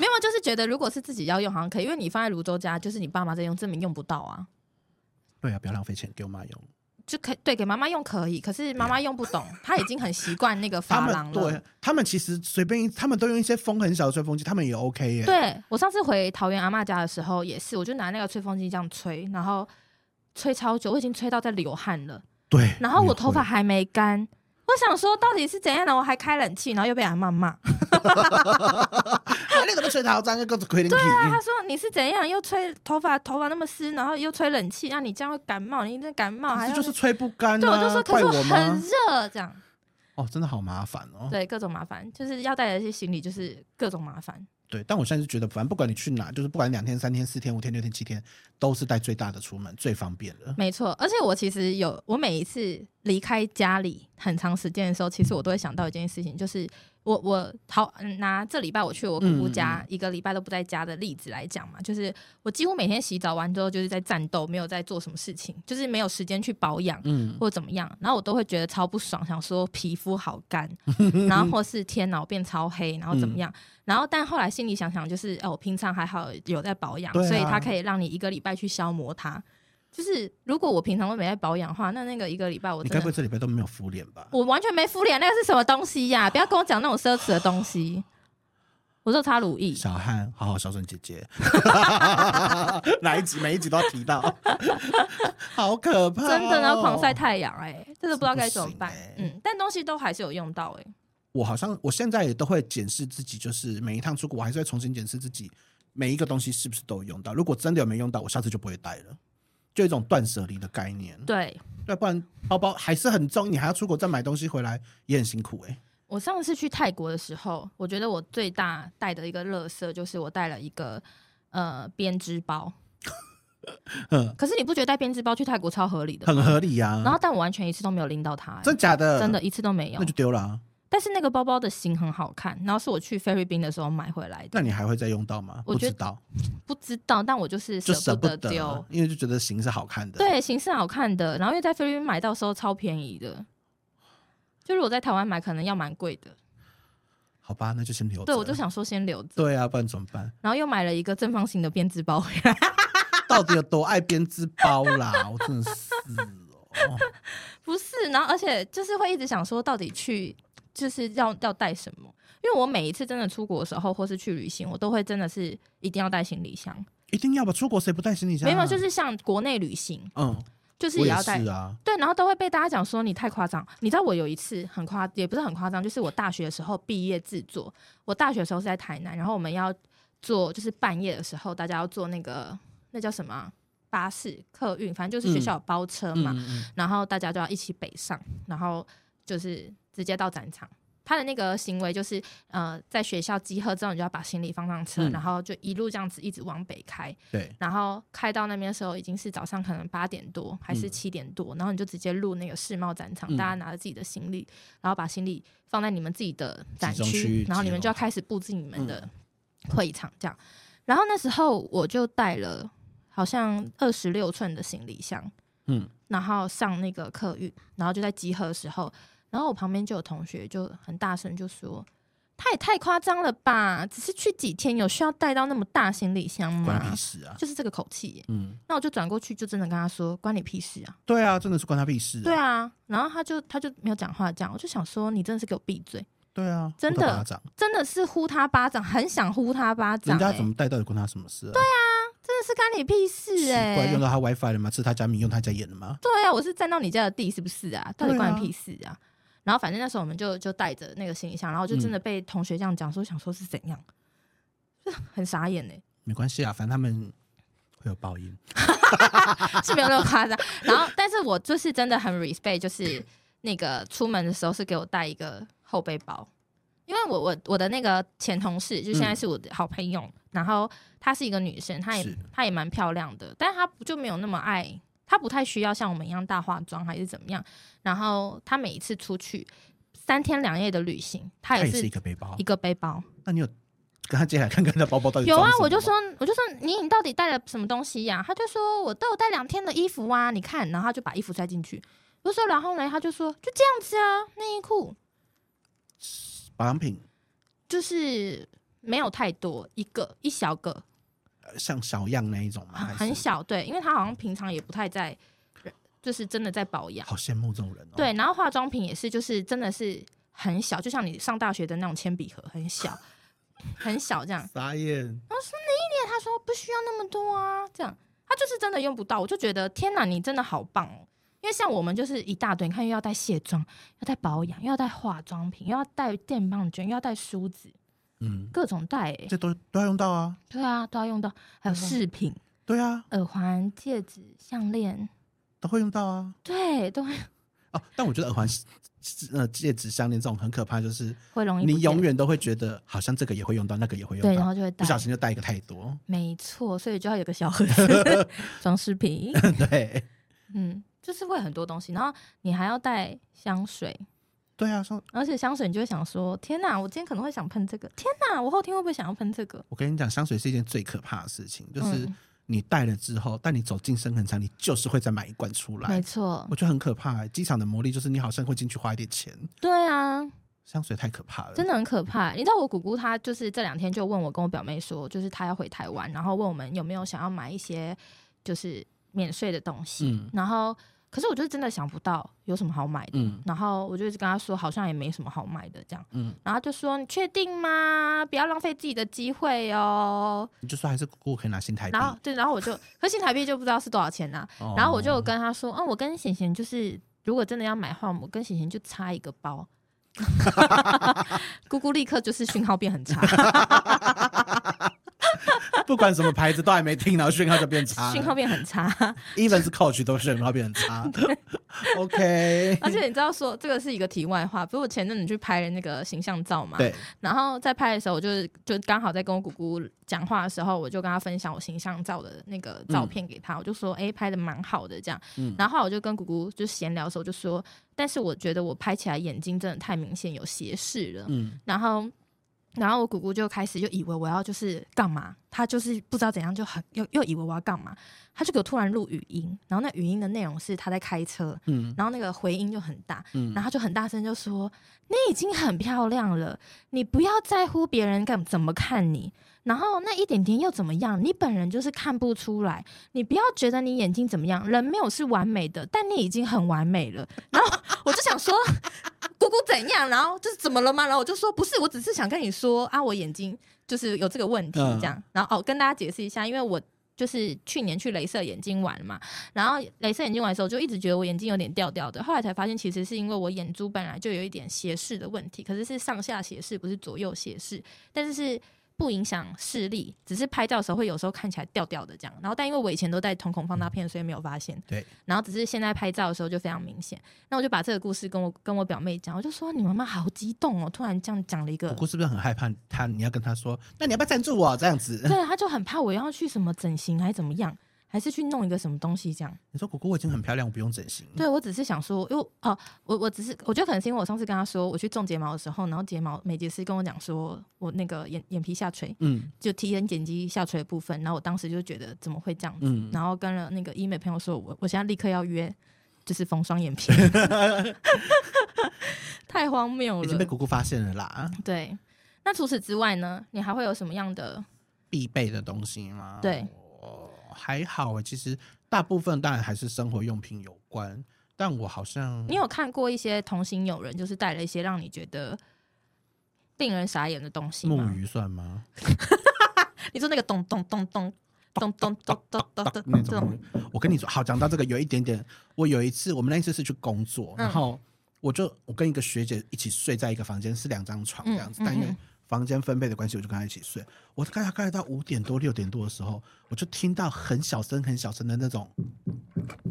[SPEAKER 1] 没有，啊就是觉得如果是自己要用，好像可以，因为你放在泸州家，就是你爸妈在用，证明用不到啊，
[SPEAKER 2] 对啊，不要浪费钱，给我妈用。
[SPEAKER 1] 就可以对给妈妈用可以，可是妈妈用不懂，她已经很习惯那个
[SPEAKER 2] 他
[SPEAKER 1] 发
[SPEAKER 2] 们
[SPEAKER 1] 廊了
[SPEAKER 2] 对。他们其实随便一，他们都用一些风很小的吹风机，他们也 OK 耶。
[SPEAKER 1] 对我上次回桃园阿嬷家的时候也是，我就拿那个吹风机这样吹，然后吹超久，我已经吹到在流汗了，
[SPEAKER 2] 对，
[SPEAKER 1] 然后
[SPEAKER 2] 也
[SPEAKER 1] 我
[SPEAKER 2] 会
[SPEAKER 1] 头发还没干。我想说，到底是怎样的？我还开冷气，然后又被阿嬷骂。
[SPEAKER 2] 啊那个都吹得好脏，那个鬼灵
[SPEAKER 1] 他
[SPEAKER 2] 体。
[SPEAKER 1] 说你是怎样？又吹头发，头发那么湿，然后又吹冷气，让、你这样会感冒，你一定感冒，还要
[SPEAKER 2] 可是就是吹不干、啊，
[SPEAKER 1] 对，我就说可
[SPEAKER 2] 怪
[SPEAKER 1] 是
[SPEAKER 2] 我
[SPEAKER 1] 很
[SPEAKER 2] 吗？
[SPEAKER 1] 热，这样
[SPEAKER 2] 哦，真的好麻烦哦。
[SPEAKER 1] 对各种麻烦，就是要带的一些行李就是各种麻烦，
[SPEAKER 2] 对，但我现在是觉得，反正不管你去哪，就是不管两天、三天、四天、五天、六天、七天，都是带最大的出门，最方便的。
[SPEAKER 1] 没错，而且我其实有，我每一次离开家里很长时间的时候，其实我都会想到一件事情，就是我我好嗯拿这礼拜我去我姑姑家、一个礼拜都不在家的例子来讲嘛，就是我几乎每天洗澡完之后就是在战斗，没有在做什么事情，就是没有时间去保养。
[SPEAKER 2] 嗯，
[SPEAKER 1] 或怎么样，然后我都会觉得超不爽，想说皮肤好 干，然后或是天哪，我变超黑，然后
[SPEAKER 2] 嗯
[SPEAKER 1] 怎么样？然后但后来心里想想，就是哦，我平常还好有在保养，
[SPEAKER 2] 对啊
[SPEAKER 1] 所以它可以让你一个礼拜去消磨它。就是如果我平常都没在保养的话，那那个一个礼拜我
[SPEAKER 2] 你该
[SPEAKER 1] 真
[SPEAKER 2] 不会
[SPEAKER 1] 的
[SPEAKER 2] 这礼拜都没有敷脸吧？
[SPEAKER 1] 我完全没敷脸，那个是什么东西呀、不要跟我讲那种奢侈的东西。我说擦乳液，
[SPEAKER 2] 小汉，好好孝顺姐 姐，哪一集每一集都要提到，好可怕、哦
[SPEAKER 1] 真的然后狂晒。太阳、哎，真的不知道该怎么办。
[SPEAKER 2] 这不行欸
[SPEAKER 1] 嗯，但东西都还是有用到、哎，
[SPEAKER 2] 我好像我现在也都会检视自己，就是每一趟出国，我还是会重新检视自己每一个东西是不是都有用到。如果真的有没用到，我下次就不会带了，就一种断舍离的概念。
[SPEAKER 1] 对。
[SPEAKER 2] 对，不然包包还是很重，你还要出国再买东西回来，也很辛苦哎、
[SPEAKER 1] 我上次去泰国的时候，我觉得我最大带的一个乐色就是我带了一个呃编织包。
[SPEAKER 2] 嗯，
[SPEAKER 1] 可是你不觉得带编织包去泰国超合理的吗？
[SPEAKER 2] 很合理呀、
[SPEAKER 1] 然后，但我完全一次都没有拎到它、欸
[SPEAKER 2] 真假的？
[SPEAKER 1] 真的，一次都没有
[SPEAKER 2] 那。就丢了、啊。
[SPEAKER 1] 但是那个包包的型很好看，然后是我去菲律宾的时候买回来的，
[SPEAKER 2] 那你还会再用到吗？
[SPEAKER 1] 我
[SPEAKER 2] 不
[SPEAKER 1] 觉
[SPEAKER 2] 知
[SPEAKER 1] 得
[SPEAKER 2] 道，
[SPEAKER 1] 不知道，但我就是
[SPEAKER 2] 就舍
[SPEAKER 1] 不
[SPEAKER 2] 不
[SPEAKER 1] 得丢。
[SPEAKER 2] 因为就觉得型是好看的。，
[SPEAKER 1] 对，形式好看的，然后又在菲律宾买，到时候超便宜的。就如果在台湾买，可能要蛮贵的。
[SPEAKER 2] 好吧，那就先留着。
[SPEAKER 1] 对，我就想说先留着，
[SPEAKER 2] 对啊，不然怎么办？
[SPEAKER 1] 然后又买了一个正方形的编织包回来。
[SPEAKER 2] 到底有多爱编织包啦？我真的是 哦。
[SPEAKER 1] 不是，然后而且就是会一直想说，到底去就是要要带什么？因为我每一次真的出国的时候，或是去旅行，我都会真的是一定要带行李箱。
[SPEAKER 2] 一定要吧？出国谁不带行李箱、
[SPEAKER 1] 没
[SPEAKER 2] 啊？
[SPEAKER 1] 有，就是像国内旅行，
[SPEAKER 2] 嗯，
[SPEAKER 1] 就是
[SPEAKER 2] 我
[SPEAKER 1] 也
[SPEAKER 2] 也
[SPEAKER 1] 要带。
[SPEAKER 2] 是啊。
[SPEAKER 1] 对，然后都会被大家讲说你太夸张。你知道我有一次很夸，也不是很夸张，就是我大学的时候毕业制作。我大学的时候是在台南，然后我们要坐，就是半夜的时候，大家要坐那个那叫什么啊巴士、客运，反正就是学校有包车
[SPEAKER 2] 嗯
[SPEAKER 1] 嘛。
[SPEAKER 2] 嗯嗯
[SPEAKER 1] 然后大家就要一起北上，然后就是直接到展场。他的那个行为就是，呃，在学校集合之后，你就要把行李放上车，
[SPEAKER 2] 嗯
[SPEAKER 1] 然后就一路这样子一直往北开，
[SPEAKER 2] 对，
[SPEAKER 1] 然后开到那边的时候已经是早上可能八点多还是七点多，然后你就直接入那个世贸展场，
[SPEAKER 2] 嗯
[SPEAKER 1] 大家拿着自己的行李，然后把行李放在你们自己的展
[SPEAKER 2] 集中区
[SPEAKER 1] 区，然后你们
[SPEAKER 2] 集中
[SPEAKER 1] 就要开始布置你们的
[SPEAKER 2] 嗯
[SPEAKER 1] 会场这样。然后那时候我就带了好像二十六寸的行李箱，
[SPEAKER 2] 嗯，
[SPEAKER 1] 然后上那个客运，然后就在集合的时候，然后我旁边就有同学就很大声就说：“他也太夸张了吧！只是去几天，有需要带到那么大行李箱
[SPEAKER 2] 关他
[SPEAKER 1] 吗
[SPEAKER 2] 屁事啊？”。
[SPEAKER 1] 就是这个口气耶。
[SPEAKER 2] 嗯，
[SPEAKER 1] 那我就转过去，就真的跟他说：“关你屁事啊
[SPEAKER 2] 对啊，真的是关他屁！”事、啊。
[SPEAKER 1] 对，啊，然后他就他就没有讲话，这样我就想说：“你真的是给我闭嘴
[SPEAKER 2] 对啊，
[SPEAKER 1] 真的
[SPEAKER 2] 呼他巴掌！”
[SPEAKER 1] 真的是呼他巴掌，很想呼他巴掌、
[SPEAKER 2] 人
[SPEAKER 1] 欸。
[SPEAKER 2] 家怎么带到底关他什么事、啊？对啊，
[SPEAKER 1] 真的是关你屁事
[SPEAKER 2] 奇
[SPEAKER 1] 哎、
[SPEAKER 2] 怪，用到他 WiFi 了吗？是他家米用他家眼了吗？
[SPEAKER 1] 对啊，我是占到你家的地是不是啊？到底
[SPEAKER 2] 对啊
[SPEAKER 1] 关你屁事啊？然后反正那时候我们就就带着那个行李箱，然后就真
[SPEAKER 2] 嗯
[SPEAKER 1] 的被同学这样讲说，想说是怎样， 就很傻眼呢、哎
[SPEAKER 2] 没关系啊，反正他们会有报应。
[SPEAKER 1] 是没有那么夸张。然后，但是我就是真的很 respect，就是那个出门的时候是给我带一个后背包，因为我我我的那个前同事，就现在是我的好朋友，然后她是一个女生，她也
[SPEAKER 2] 嗯是
[SPEAKER 1] 她也蛮漂亮的，但她不就没有那么爱，她不太需要像我们一样大化妆还是怎么样。然后她每一次出去三天两夜的旅行，她
[SPEAKER 2] 他
[SPEAKER 1] 也
[SPEAKER 2] 也是
[SPEAKER 1] 是
[SPEAKER 2] 一个背包啊
[SPEAKER 1] 一，个背包。
[SPEAKER 2] 那你有跟他借来看看他包包到底
[SPEAKER 1] 有啊
[SPEAKER 2] 呃装什，么
[SPEAKER 1] 我就
[SPEAKER 2] 吗
[SPEAKER 1] 说，我就说你你到底带了什么东西呀、他就说我都有带两天的衣服啊，你看，然后他就把衣服塞进去。我就说然后呢，他就说就这样子啊，内衣裤
[SPEAKER 2] 保养品
[SPEAKER 1] 就是没有太多，一个一小个，
[SPEAKER 2] 呃像小样那一种吗？
[SPEAKER 1] 啊很
[SPEAKER 2] 啊还
[SPEAKER 1] 很
[SPEAKER 2] 是
[SPEAKER 1] 小，对，因为他好像平常也不太在，就是真的在保养。
[SPEAKER 2] 好羡慕这种人哦。
[SPEAKER 1] 对，，然后化妆品也是，就是真的是很小，就像你上大学的那种铅笔盒，很小，很小这样。
[SPEAKER 2] 傻眼，
[SPEAKER 1] 他说不需要那么多啊，这样他就是真的用不到，我就觉得天哪，你真的好棒哦！因为像我们就是一大堆，你看又要带卸妆，要带保养，又要带化妆品，又要带电棒卷，又要带梳子，
[SPEAKER 2] 嗯，
[SPEAKER 1] 各种带、欸，
[SPEAKER 2] 这都都要用到啊。
[SPEAKER 1] 对啊，都要用到，还有饰品、
[SPEAKER 2] 对啊，
[SPEAKER 1] 耳环、戒指、项链，
[SPEAKER 2] 都会用到啊。
[SPEAKER 1] 对，都会
[SPEAKER 2] 哦，但我觉得耳环呃戒指、项链这种很可怕，就是
[SPEAKER 1] 会容易不
[SPEAKER 2] 你
[SPEAKER 1] 见
[SPEAKER 2] 永远都会觉得好像这个也会用到，那个也会用
[SPEAKER 1] 对，然后
[SPEAKER 2] 到，
[SPEAKER 1] 就会戴
[SPEAKER 2] 不。小心就带一个太多。
[SPEAKER 1] 没错，所以就要有个小盒子装饰 品。
[SPEAKER 2] 对
[SPEAKER 1] 嗯，就是会很多东西，然后你还要带香水，
[SPEAKER 2] 对啊，说
[SPEAKER 1] 而且香水你就会想说：天哪，我今天可能会想喷这个；天哪，我后天会不会想要喷这个？
[SPEAKER 2] 我跟你讲，香水是一件最可怕的事情，就是
[SPEAKER 1] 嗯
[SPEAKER 2] 你带了之后，但你走进深恒场，你就是会再买一罐出
[SPEAKER 1] 没
[SPEAKER 2] 来。
[SPEAKER 1] 错
[SPEAKER 2] 我，觉得很可怕、欸，机场的魔力就是你好像会进去花一点钱，
[SPEAKER 1] 对啊，
[SPEAKER 2] 香水太可怕了，
[SPEAKER 1] 真的很可怕。你知道我姑姑她就是这两天就问我跟我表妹说，就是她要回台湾，然后问我们有没有想要买一些就是免税的东西。
[SPEAKER 2] 嗯
[SPEAKER 1] 然后，可是我就是真的想不到有什么好买的。
[SPEAKER 2] 嗯
[SPEAKER 1] 然后我就一直跟她说，好像也没什么好买的这样。
[SPEAKER 2] 嗯，
[SPEAKER 1] 然后她就说：“你确定吗？不要浪费自己的机会哦。
[SPEAKER 2] 你就说还是姑姑可以拿新台”币
[SPEAKER 1] 然。后对，然后我就，可新台币就不知道是多少钱呐、
[SPEAKER 2] 哦
[SPEAKER 1] 然后我就有跟她说：“嗯，我跟贤贤就是，如果真的要买的话，我跟贤贤就差一个 包。”姑姑立刻就是讯号变很差。
[SPEAKER 2] 不管什么牌子都还没听，然后讯号就变差 了，
[SPEAKER 1] 讯号变很 差，
[SPEAKER 2] even 是 coach 都讯号变很差。OK，
[SPEAKER 1] 而且你知道说这个是一个题外话，不是我前阵子去拍了那个形象照嘛，
[SPEAKER 2] 对，
[SPEAKER 1] 然后在拍的时候，我就是就刚好在跟我姑姑讲话的时候，我就跟她分享我形象照的那个照片给她，我就说，哎、拍的蛮好的这样，
[SPEAKER 2] 嗯
[SPEAKER 1] 然后后来我就跟姑姑就闲聊的时候就说，但是我觉得我拍起来眼睛真的太明显有斜视了，
[SPEAKER 2] 嗯，
[SPEAKER 1] 然后。然后我姑姑就开始就以为我要就是干嘛，她就是不知道怎样就很又又以为我要干嘛，她就给我突然录语音，然后那语音的内容是她在开车，
[SPEAKER 2] 嗯
[SPEAKER 1] 然后那个回音就很大，
[SPEAKER 2] 嗯
[SPEAKER 1] 然后她就很大声就说：“你已经很漂亮了，你不要在乎别人干怎么看你，然后那一点点又怎么样？你本人就是看不出来，你不要觉得你眼睛怎么样，人没有是完美的，但你已经很完美了。”然后我就想说。姑姑怎样？然后就是怎么了吗？然后我就说不是，我只是想跟你说啊，我眼睛就是有这个问题
[SPEAKER 2] 嗯
[SPEAKER 1] 这样。然后哦，跟大家解释一下，因为我就是去年去镭射眼睛玩嘛，然后镭射眼睛玩的时候就一直觉得我眼睛有点掉掉的，后来才发现其实是因为我眼珠本来就有一点斜视的问题，可是是上下斜视，不是左右斜视，但是是。不影响视力，只是拍照的时候会有时候看起来掉掉的这样。然后，但因为我以前都戴瞳孔放大片，所以没有发现。
[SPEAKER 2] 对。
[SPEAKER 1] 然后，只是现在拍照的时候就非常明显。那我就把这个故事跟我跟我表妹讲，我就说你妈妈好激动哦，突然这样讲了一个
[SPEAKER 2] 姑，姑是不是很害怕他？你要跟他说，那你要不要赞助我这样子？
[SPEAKER 1] 对，她就很怕我要去什么整形还是怎么样，还是去弄一个什么东西这样。
[SPEAKER 2] 你说姑姑我已经很漂亮，我不用整形。
[SPEAKER 1] 对，我只是想说，因为哦、我我只是我觉得可能是因为我上次跟她说我去种睫毛的时候，然后睫毛美睫师跟我讲说我那个眼眼皮下垂，
[SPEAKER 2] 嗯
[SPEAKER 1] 就提眼睑肌下垂的部分，然后我当时就觉得怎么会这样子，
[SPEAKER 2] 嗯，
[SPEAKER 1] 然后跟了那个医美朋友说，我我现在立刻要约，就是缝双眼皮，太荒谬
[SPEAKER 2] 已经被
[SPEAKER 1] 了。
[SPEAKER 2] 姑姑发现了啦，
[SPEAKER 1] 对，那除此之外呢，你还会有什么样的？
[SPEAKER 2] 必备的东西吗？
[SPEAKER 1] 对
[SPEAKER 2] 哦，还好诶、其实大部分当然还是生活用品有关，但我好像
[SPEAKER 1] 你有看过一些同行友人，就是带了一些让你觉得令人傻眼的东西
[SPEAKER 2] 木
[SPEAKER 1] 吗？
[SPEAKER 2] 鱼算吗？
[SPEAKER 1] 你说那个咚咚咚咚咚咚咚咚咚咚
[SPEAKER 2] 那
[SPEAKER 1] 这
[SPEAKER 2] 种
[SPEAKER 1] 种，
[SPEAKER 2] 东西。我跟你说，好，讲到这个有一点点，我有一次，我们那一次是去工作，
[SPEAKER 1] 嗯
[SPEAKER 2] 然后我就我跟一个学姐一起睡在一个房间，是两张床这样子，
[SPEAKER 1] 嗯嗯
[SPEAKER 2] 但因为
[SPEAKER 1] 嗯
[SPEAKER 2] 房间分配的关系，我就跟她一起睡。我大概大概到五点多六点多的时候，我就听到很小声很小声的那种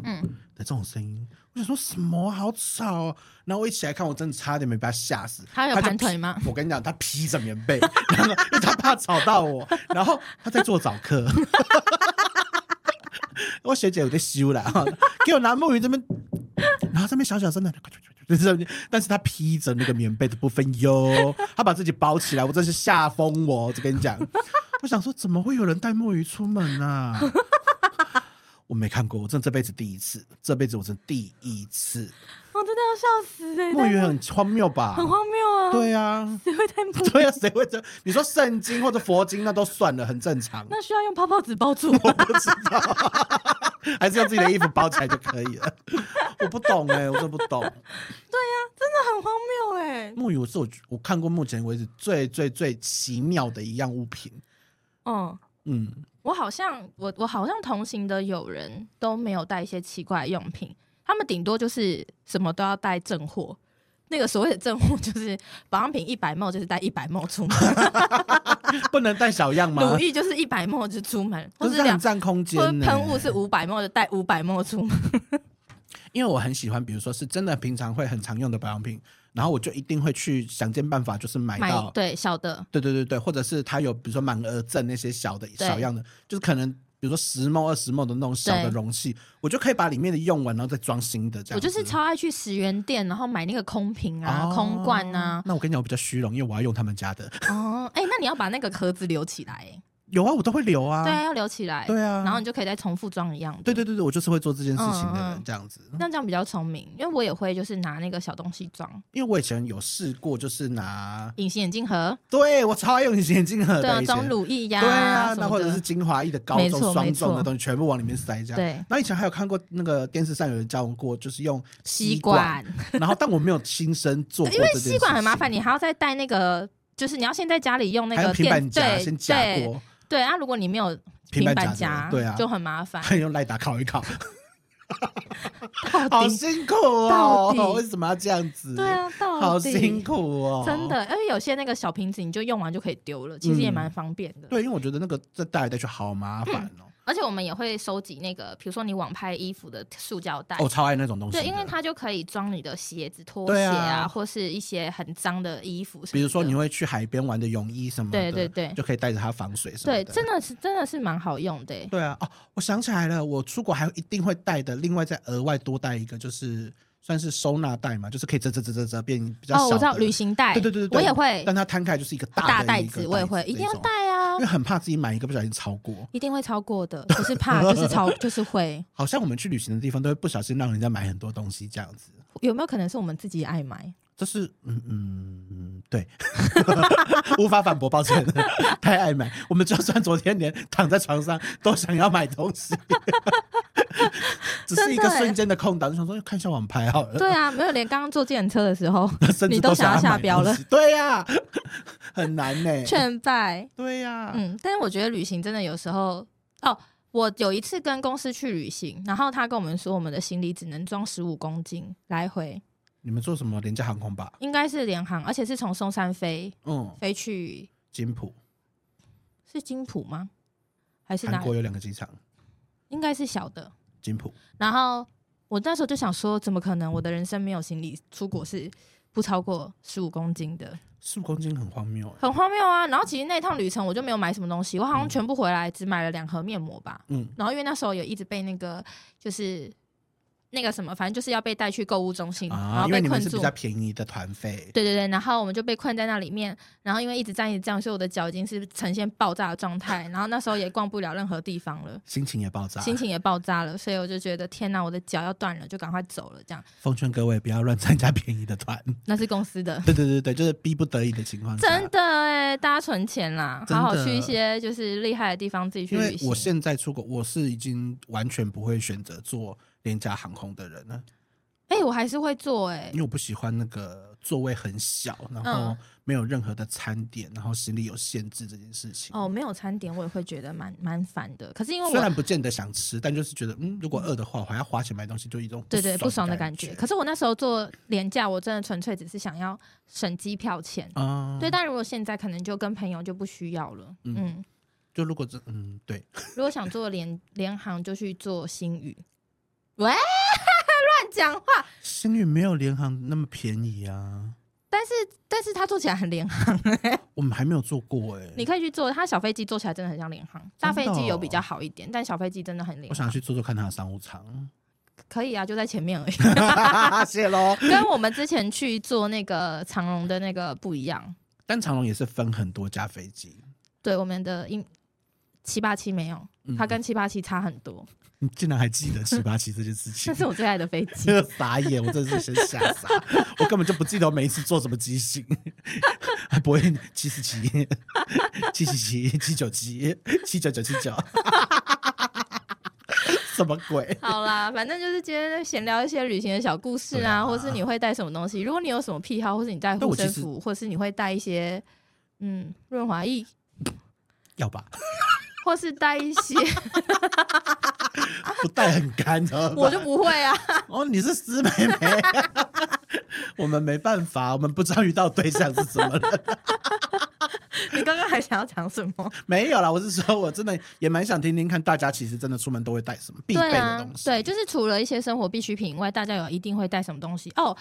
[SPEAKER 1] 嗯，
[SPEAKER 2] 的这种声音，我想说什么好吵、哦，然后我一起来看，我真的差点没被她吓死。
[SPEAKER 1] 他有
[SPEAKER 2] 她就
[SPEAKER 1] 盘腿吗？
[SPEAKER 2] 我跟你讲，他披着棉被，然后因为他怕吵到我，然后他在做早课。我学姐有在修啦，给我拿木鱼这边，然后这边小小声的，就是，但是他披着那个棉被的部分哟，他把自己包起来，我真是吓疯我，我跟你讲， 我想说怎么会有人带木鱼出门啊？ 我没看过，我真的这辈子第一次，这辈子我真第一次，
[SPEAKER 1] 我真的要笑死哎、
[SPEAKER 2] 木
[SPEAKER 1] 但
[SPEAKER 2] 鱼
[SPEAKER 1] 是
[SPEAKER 2] 很荒谬吧？
[SPEAKER 1] 很荒谬啊！，
[SPEAKER 2] 对啊，
[SPEAKER 1] 谁会带木？
[SPEAKER 2] 对啊，谁会这？你说圣经或者佛经那都算了，很正常。
[SPEAKER 1] 那需要用泡泡纸包住吗？
[SPEAKER 2] 我不知道， 还是用自己的衣服包起来就可以了。我不懂哎、我真的不懂。
[SPEAKER 1] 很荒谬哎、
[SPEAKER 2] 木鱼是我我看过目前为止最最最奇妙的一样物品。
[SPEAKER 1] 嗯，
[SPEAKER 2] 嗯，
[SPEAKER 1] 我好像我我好像同行的友人都没有带一些奇怪的用品，他们顶多就是什么都要带正货。那个所谓的正货就是保养品一百毛，就是带一百毛出 门；
[SPEAKER 2] 不能带小样吗
[SPEAKER 1] 乳？液就是一百毛就出门，或
[SPEAKER 2] 可
[SPEAKER 1] 者
[SPEAKER 2] 是
[SPEAKER 1] 两
[SPEAKER 2] 很占空间欸
[SPEAKER 1] 或者
[SPEAKER 2] 呢、
[SPEAKER 1] 喷雾是五百毛就带五百毛出门。
[SPEAKER 2] 因为我很喜欢，比如说是真的平常会很常用的保养品，然后我就一定会去想尽办法，就是买
[SPEAKER 1] 买
[SPEAKER 2] 到。
[SPEAKER 1] 对小的，
[SPEAKER 2] 对对对对，或者是它有比如说满额赠那些小的
[SPEAKER 1] 对
[SPEAKER 2] 小样的，就是可能比如说十梦二十梦的那种小的
[SPEAKER 1] 对
[SPEAKER 2] 容器，我就可以把里面的用完，然后再装新的这样
[SPEAKER 1] 我
[SPEAKER 2] 子。
[SPEAKER 1] 就是超爱去十元店，然后买那个空瓶啊、
[SPEAKER 2] 哦
[SPEAKER 1] 空罐啊。
[SPEAKER 2] 那我跟你讲，我比较虚荣，因为我要用他们家的。
[SPEAKER 1] 哦，哎、那你要把那个壳子留起来、欸
[SPEAKER 2] 有啊，我都会留啊。
[SPEAKER 1] 对啊，要留起来，
[SPEAKER 2] 对啊
[SPEAKER 1] 然后你就可以再重复装一样的。
[SPEAKER 2] 对对对对我就是会做这件事情的
[SPEAKER 1] 嗯嗯
[SPEAKER 2] 人，
[SPEAKER 1] 嗯
[SPEAKER 2] 这样子。
[SPEAKER 1] 那这样比较聪明，因为我也会就是拿那个小东西装
[SPEAKER 2] 因为我以前有试过，就是拿，
[SPEAKER 1] 隐形眼镜盒，
[SPEAKER 2] 对我超爱用隐形眼镜盒
[SPEAKER 1] 对啊，
[SPEAKER 2] 的，以前
[SPEAKER 1] 装乳液呀、
[SPEAKER 2] 对啊，
[SPEAKER 1] 什么
[SPEAKER 2] 那或者
[SPEAKER 1] 的
[SPEAKER 2] 是精华液的膏
[SPEAKER 1] 没
[SPEAKER 2] 状、
[SPEAKER 1] 错没
[SPEAKER 2] 霜状
[SPEAKER 1] 错
[SPEAKER 2] 的东西，全部往里面塞这样。
[SPEAKER 1] 对
[SPEAKER 2] 那以前还有看过那个电视上有人教过，就是用
[SPEAKER 1] 吸
[SPEAKER 2] 管，
[SPEAKER 1] 管，
[SPEAKER 2] 然后但我没有亲身做过
[SPEAKER 1] 因为
[SPEAKER 2] 这件事
[SPEAKER 1] 吸管很麻
[SPEAKER 2] 情
[SPEAKER 1] 烦，你还要再带那个。就是你要先在家里用那
[SPEAKER 2] 还
[SPEAKER 1] 个
[SPEAKER 2] 用平
[SPEAKER 1] 电
[SPEAKER 2] 板夹
[SPEAKER 1] 对
[SPEAKER 2] 先夹
[SPEAKER 1] 对
[SPEAKER 2] 过，
[SPEAKER 1] 对啊，如果你没有
[SPEAKER 2] 平
[SPEAKER 1] 板
[SPEAKER 2] 板夹
[SPEAKER 1] 夹，
[SPEAKER 2] 的对啊
[SPEAKER 1] 就很麻烦。
[SPEAKER 2] 还用赖打烤一烤，
[SPEAKER 1] 到
[SPEAKER 2] 好
[SPEAKER 1] 底
[SPEAKER 2] 辛苦
[SPEAKER 1] 到底
[SPEAKER 2] 哦！为什么要这样子？
[SPEAKER 1] 对，啊，到
[SPEAKER 2] 好
[SPEAKER 1] 底
[SPEAKER 2] 辛苦哦，
[SPEAKER 1] 真。的，因为有些那个小瓶子你就用完就可以丢了，其实也
[SPEAKER 2] 嗯
[SPEAKER 1] 蛮方便的。
[SPEAKER 2] 对，因为我觉得那个再带来带去好麻烦哦。
[SPEAKER 1] 而且我们也会收集那个，比如说你网拍衣服的塑胶袋。
[SPEAKER 2] 哦我超爱那种东西的。
[SPEAKER 1] 对，因为它就可以装你的鞋子、拖鞋
[SPEAKER 2] 对啊
[SPEAKER 1] 啊，或是一些很脏的衣服什么的。
[SPEAKER 2] 比如说你会去海边玩的泳衣什么的，
[SPEAKER 1] 对对对
[SPEAKER 2] 就可以带着它防水什么
[SPEAKER 1] 对，
[SPEAKER 2] 的。
[SPEAKER 1] 真的是真的是蛮好用的欸、
[SPEAKER 2] 对啊，哦，我想起来了，我出国还一定会带的，另外再额外多带一个，就是算是收纳袋嘛，就是可以折折折折折变比较小
[SPEAKER 1] 哦，
[SPEAKER 2] 的。
[SPEAKER 1] 我知道旅行袋，
[SPEAKER 2] 对对对对，
[SPEAKER 1] 我也会哦
[SPEAKER 2] 但它摊开就是一个
[SPEAKER 1] 大
[SPEAKER 2] 大的一个
[SPEAKER 1] 子，我也会
[SPEAKER 2] 袋子
[SPEAKER 1] 一定要
[SPEAKER 2] 这种，
[SPEAKER 1] 带啊
[SPEAKER 2] 因为，很怕自己买一个不小心超过。
[SPEAKER 1] 一定会超过的，不是怕就是超就是会。
[SPEAKER 2] 好像我们去旅行的地方都会不小心让人家买很多东西这样子，
[SPEAKER 1] 有没有可能是我们自己爱买？
[SPEAKER 2] 这是嗯嗯嗯，对， 无法反驳，抱歉，太爱买。我们就算昨天连躺在床上都想要买东西，只是一个
[SPEAKER 1] 真的欸
[SPEAKER 2] 瞬间的空档，就想说看一下网拍好了。
[SPEAKER 1] 对啊，没有，连刚刚坐计程车的时候
[SPEAKER 2] 甚
[SPEAKER 1] 你
[SPEAKER 2] 至
[SPEAKER 1] 都想要
[SPEAKER 2] 要
[SPEAKER 1] 下
[SPEAKER 2] 买
[SPEAKER 1] 标
[SPEAKER 2] 东
[SPEAKER 1] 了
[SPEAKER 2] 西，对呀、很难 呢、
[SPEAKER 1] 劝败。
[SPEAKER 2] 对呀、
[SPEAKER 1] 嗯，但是我觉得旅行真的有时候哦，我有一次跟公司去旅行，然后他跟我们说，我们的行李只能装十五公斤来回，
[SPEAKER 2] 你们坐什么廉价航空吧？
[SPEAKER 1] 应该是联航，而且是从松山飞
[SPEAKER 2] 嗯，
[SPEAKER 1] 飞去
[SPEAKER 2] 金浦，
[SPEAKER 1] 是金浦吗？还是哪
[SPEAKER 2] 韩
[SPEAKER 1] 里？
[SPEAKER 2] 国有两个机场，
[SPEAKER 1] 应该是小的。
[SPEAKER 2] 金浦。
[SPEAKER 1] 然后我那时候就想说，怎么可能？我的人生没有行李出国是不超过十五公斤的，
[SPEAKER 2] 十五公斤很荒谬、欸，
[SPEAKER 1] 很荒谬啊！然后其实那趟旅程我就没有买什么东西，我好像全部回来只买了两盒面膜吧。
[SPEAKER 2] 嗯，
[SPEAKER 1] 然后因为那时候有一直被那个就是那个什么，反正就是要被带去购物中心，嗯然
[SPEAKER 2] 啊，
[SPEAKER 1] 后
[SPEAKER 2] 因为
[SPEAKER 1] 被
[SPEAKER 2] 你们
[SPEAKER 1] 困
[SPEAKER 2] 是
[SPEAKER 1] 住
[SPEAKER 2] 比。较便宜的团费，
[SPEAKER 1] 对对对，然后我们就被困在那里面，然后因为一直站一直站，所以我的脚已经是呈现爆炸的状态，然后那时候也逛不了任何地方 了，
[SPEAKER 2] 心情也爆炸。
[SPEAKER 1] 心情也爆炸了，所以我就觉得天哪，我的脚要断了，就赶快走了。这样，
[SPEAKER 2] 奉劝各位不要乱参加便宜的团。
[SPEAKER 1] 那是公司的，
[SPEAKER 2] 对对对对，就是逼不得已的情况下。
[SPEAKER 1] 真的哎、大家存钱啦，
[SPEAKER 2] 真
[SPEAKER 1] 好
[SPEAKER 2] 的
[SPEAKER 1] 好去一些就是厉害的地方自己去
[SPEAKER 2] 因为
[SPEAKER 1] 旅行。
[SPEAKER 2] 我现在出国，我是已经完全不会选择坐廉价航空的人了，
[SPEAKER 1] 哎、我还是会做哎、
[SPEAKER 2] 因为我不喜欢那个座位很小，然后
[SPEAKER 1] 嗯
[SPEAKER 2] 没有任何的餐点，然后行李有限制这件事情。
[SPEAKER 1] 哦，没有餐点我也会觉得蛮蛮烦的，可是因为
[SPEAKER 2] 虽
[SPEAKER 1] 我
[SPEAKER 2] 然不见得想吃，但就是觉得，嗯，如果饿的话，我还要花钱买东西，就一种
[SPEAKER 1] 对对不爽的
[SPEAKER 2] 感
[SPEAKER 1] 感觉。可是我那时候做廉价，我真的纯粹只是想要省机票钱。
[SPEAKER 2] 啊，
[SPEAKER 1] 对，但如果现在可能就跟朋友就不需要了。嗯，
[SPEAKER 2] 嗯就如果这，嗯，对，
[SPEAKER 1] 如果想做联联航，就去做新宇。喂， 乱讲话。
[SPEAKER 2] 新宇没有联航那么便宜啊，
[SPEAKER 1] 但是但是它做起来很联航，
[SPEAKER 2] 我们还没有做过哎、
[SPEAKER 1] 你可以去做。它小飞机做起来真的很像联航，大飞机有比较好一点，但小飞机真的很联
[SPEAKER 2] 我想
[SPEAKER 1] 航。
[SPEAKER 2] 去做做看它的商务舱，
[SPEAKER 1] 可以啊，就在前面而已。
[SPEAKER 2] 谢喽。
[SPEAKER 1] 跟我们之前去做那个长荣的那个不一样。
[SPEAKER 2] 但长龙也是分很多架飞机，
[SPEAKER 1] 对，我们的英七八七没有，
[SPEAKER 2] 嗯
[SPEAKER 1] 它跟七八七差很多。
[SPEAKER 2] 你竟然还记得七八七这件事情
[SPEAKER 1] 这，是我最爱的飞机。
[SPEAKER 2] 这傻眼， 我真的是先吓 傻，我根本就不记得我每一次做什么机型， 还不会七十七、七七七、七九七、七九九七九， 什么鬼？
[SPEAKER 1] 好啦， 反正就是今天闲聊一些旅行的小故事
[SPEAKER 2] 对
[SPEAKER 1] 啊，
[SPEAKER 2] 啊
[SPEAKER 1] 或是你会带什么东西？如果你有什么癖好，或是你带
[SPEAKER 2] 但
[SPEAKER 1] 护
[SPEAKER 2] 我其
[SPEAKER 1] 身
[SPEAKER 2] 实
[SPEAKER 1] 符，或是你会带一些嗯润滑液，
[SPEAKER 2] 要吧？
[SPEAKER 1] 或是带一 些，
[SPEAKER 2] 不带很干的，
[SPEAKER 1] 我就不会 啊。
[SPEAKER 2] 哦，你是师妹妹， 我们没办法，我们不知道遇到对象是什么人。
[SPEAKER 1] 你刚刚还想要讲什 么？
[SPEAKER 2] 没有啦，我是说我真的也蛮想听听看，大家其实真的出门都会带什么必备
[SPEAKER 1] 对
[SPEAKER 2] 的
[SPEAKER 1] 啊
[SPEAKER 2] 东，西。
[SPEAKER 1] 对，就是除了一些生活必需品以外，大家有一定会带什么东西？哦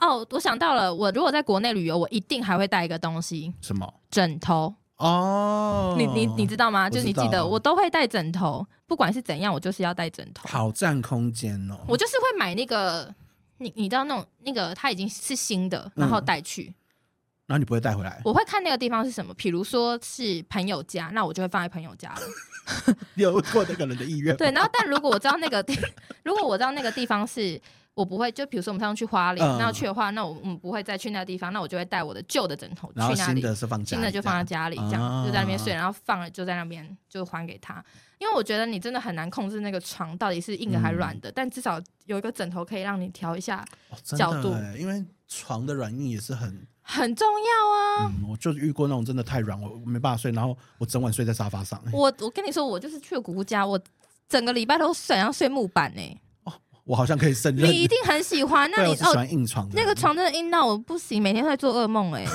[SPEAKER 1] 哦，我想到了，我如果在国内旅游，我一定还会带一个东西，
[SPEAKER 2] 什么？
[SPEAKER 1] 枕头。
[SPEAKER 2] 哦，
[SPEAKER 1] 你你你知道吗？
[SPEAKER 2] 我
[SPEAKER 1] 就
[SPEAKER 2] 知
[SPEAKER 1] 你记
[SPEAKER 2] 道
[SPEAKER 1] 得，我都会带枕头，不管是怎样，我就是要带枕头。
[SPEAKER 2] 好占空间哦。
[SPEAKER 1] 我就是会买那个，你你知道那种那个它已经是新的，然
[SPEAKER 2] 嗯
[SPEAKER 1] 后带去。
[SPEAKER 2] 然后你不会带回来，
[SPEAKER 1] 我会看那个地方是什么，比如说是朋友家，那我就会放在朋友家了。
[SPEAKER 2] 有过那个人的意愿。
[SPEAKER 1] 对，然后但如果我知道那个地， 如果我知道那个地方是我不会，就比如说我们上次去花莲，
[SPEAKER 2] 嗯
[SPEAKER 1] 那要去的话，那我们不会再去那个地方，那我就会带我的旧的枕头去
[SPEAKER 2] 然后
[SPEAKER 1] 那
[SPEAKER 2] 新
[SPEAKER 1] 里，
[SPEAKER 2] 的是放家
[SPEAKER 1] 新
[SPEAKER 2] 里，
[SPEAKER 1] 的就放在
[SPEAKER 2] 在
[SPEAKER 1] 家里，
[SPEAKER 2] 这样
[SPEAKER 1] 这样就在那边睡，
[SPEAKER 2] 啊
[SPEAKER 1] 然后放了就在那边就还给他。因为我觉得你真的很难控制那个床到底是硬的
[SPEAKER 2] 嗯
[SPEAKER 1] 还是软的，但至少有一个枕头可以让你调一下，
[SPEAKER 2] 哦真的
[SPEAKER 1] 角度
[SPEAKER 2] 欸因为床的软硬也是很，
[SPEAKER 1] 很重要啊。
[SPEAKER 2] 嗯，我就遇过那种真的太软，我我没办法睡，然后我整晚睡在沙发上。欸
[SPEAKER 1] 我我跟你说，我就是去了姑姑家，我整个礼拜都想要睡木板呢、
[SPEAKER 2] 我好像可以胜任，
[SPEAKER 1] 你一定很喜欢，那
[SPEAKER 2] 对，啊
[SPEAKER 1] 你
[SPEAKER 2] 我是喜
[SPEAKER 1] 哦，
[SPEAKER 2] 欢硬床的，
[SPEAKER 1] 那个床真的硬到我不行，每天在做噩梦哎、
[SPEAKER 2] 是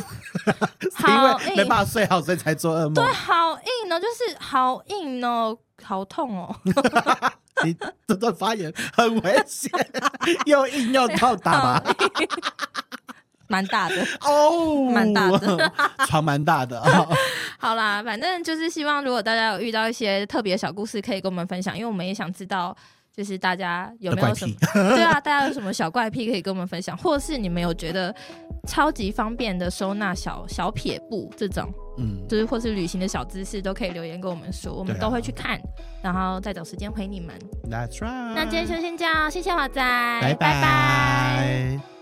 [SPEAKER 2] 因
[SPEAKER 1] 好哎
[SPEAKER 2] 为没
[SPEAKER 1] 硬，
[SPEAKER 2] 办法睡好，所以才做噩梦
[SPEAKER 1] 对，。好硬哦，就是好硬哦，好痛哦，
[SPEAKER 2] 你这段发言很危险， 又硬又痛，打吧。
[SPEAKER 1] 蛮大的。
[SPEAKER 2] 哦，
[SPEAKER 1] 啊蛮大
[SPEAKER 2] 的， 床蛮大的啊。
[SPEAKER 1] 好啦，反正就是希望如果大家有遇到一些特别的小故事，可以跟我们分享，因为我们也想知道。就是大家有没有什么对啊？大家有什么小怪癖可以跟我们分享，或是你们有觉得超级方便的收纳小小撇步这种，
[SPEAKER 2] 嗯，
[SPEAKER 1] 就是或是旅行的小知识，都可以留言跟我们说，我们
[SPEAKER 2] 对啊
[SPEAKER 1] 都会去看，然后再找时间回你们。
[SPEAKER 2] That's right。
[SPEAKER 1] 那今天就先这样，谢谢华仔，
[SPEAKER 2] 拜
[SPEAKER 1] 拜拜
[SPEAKER 2] 拜。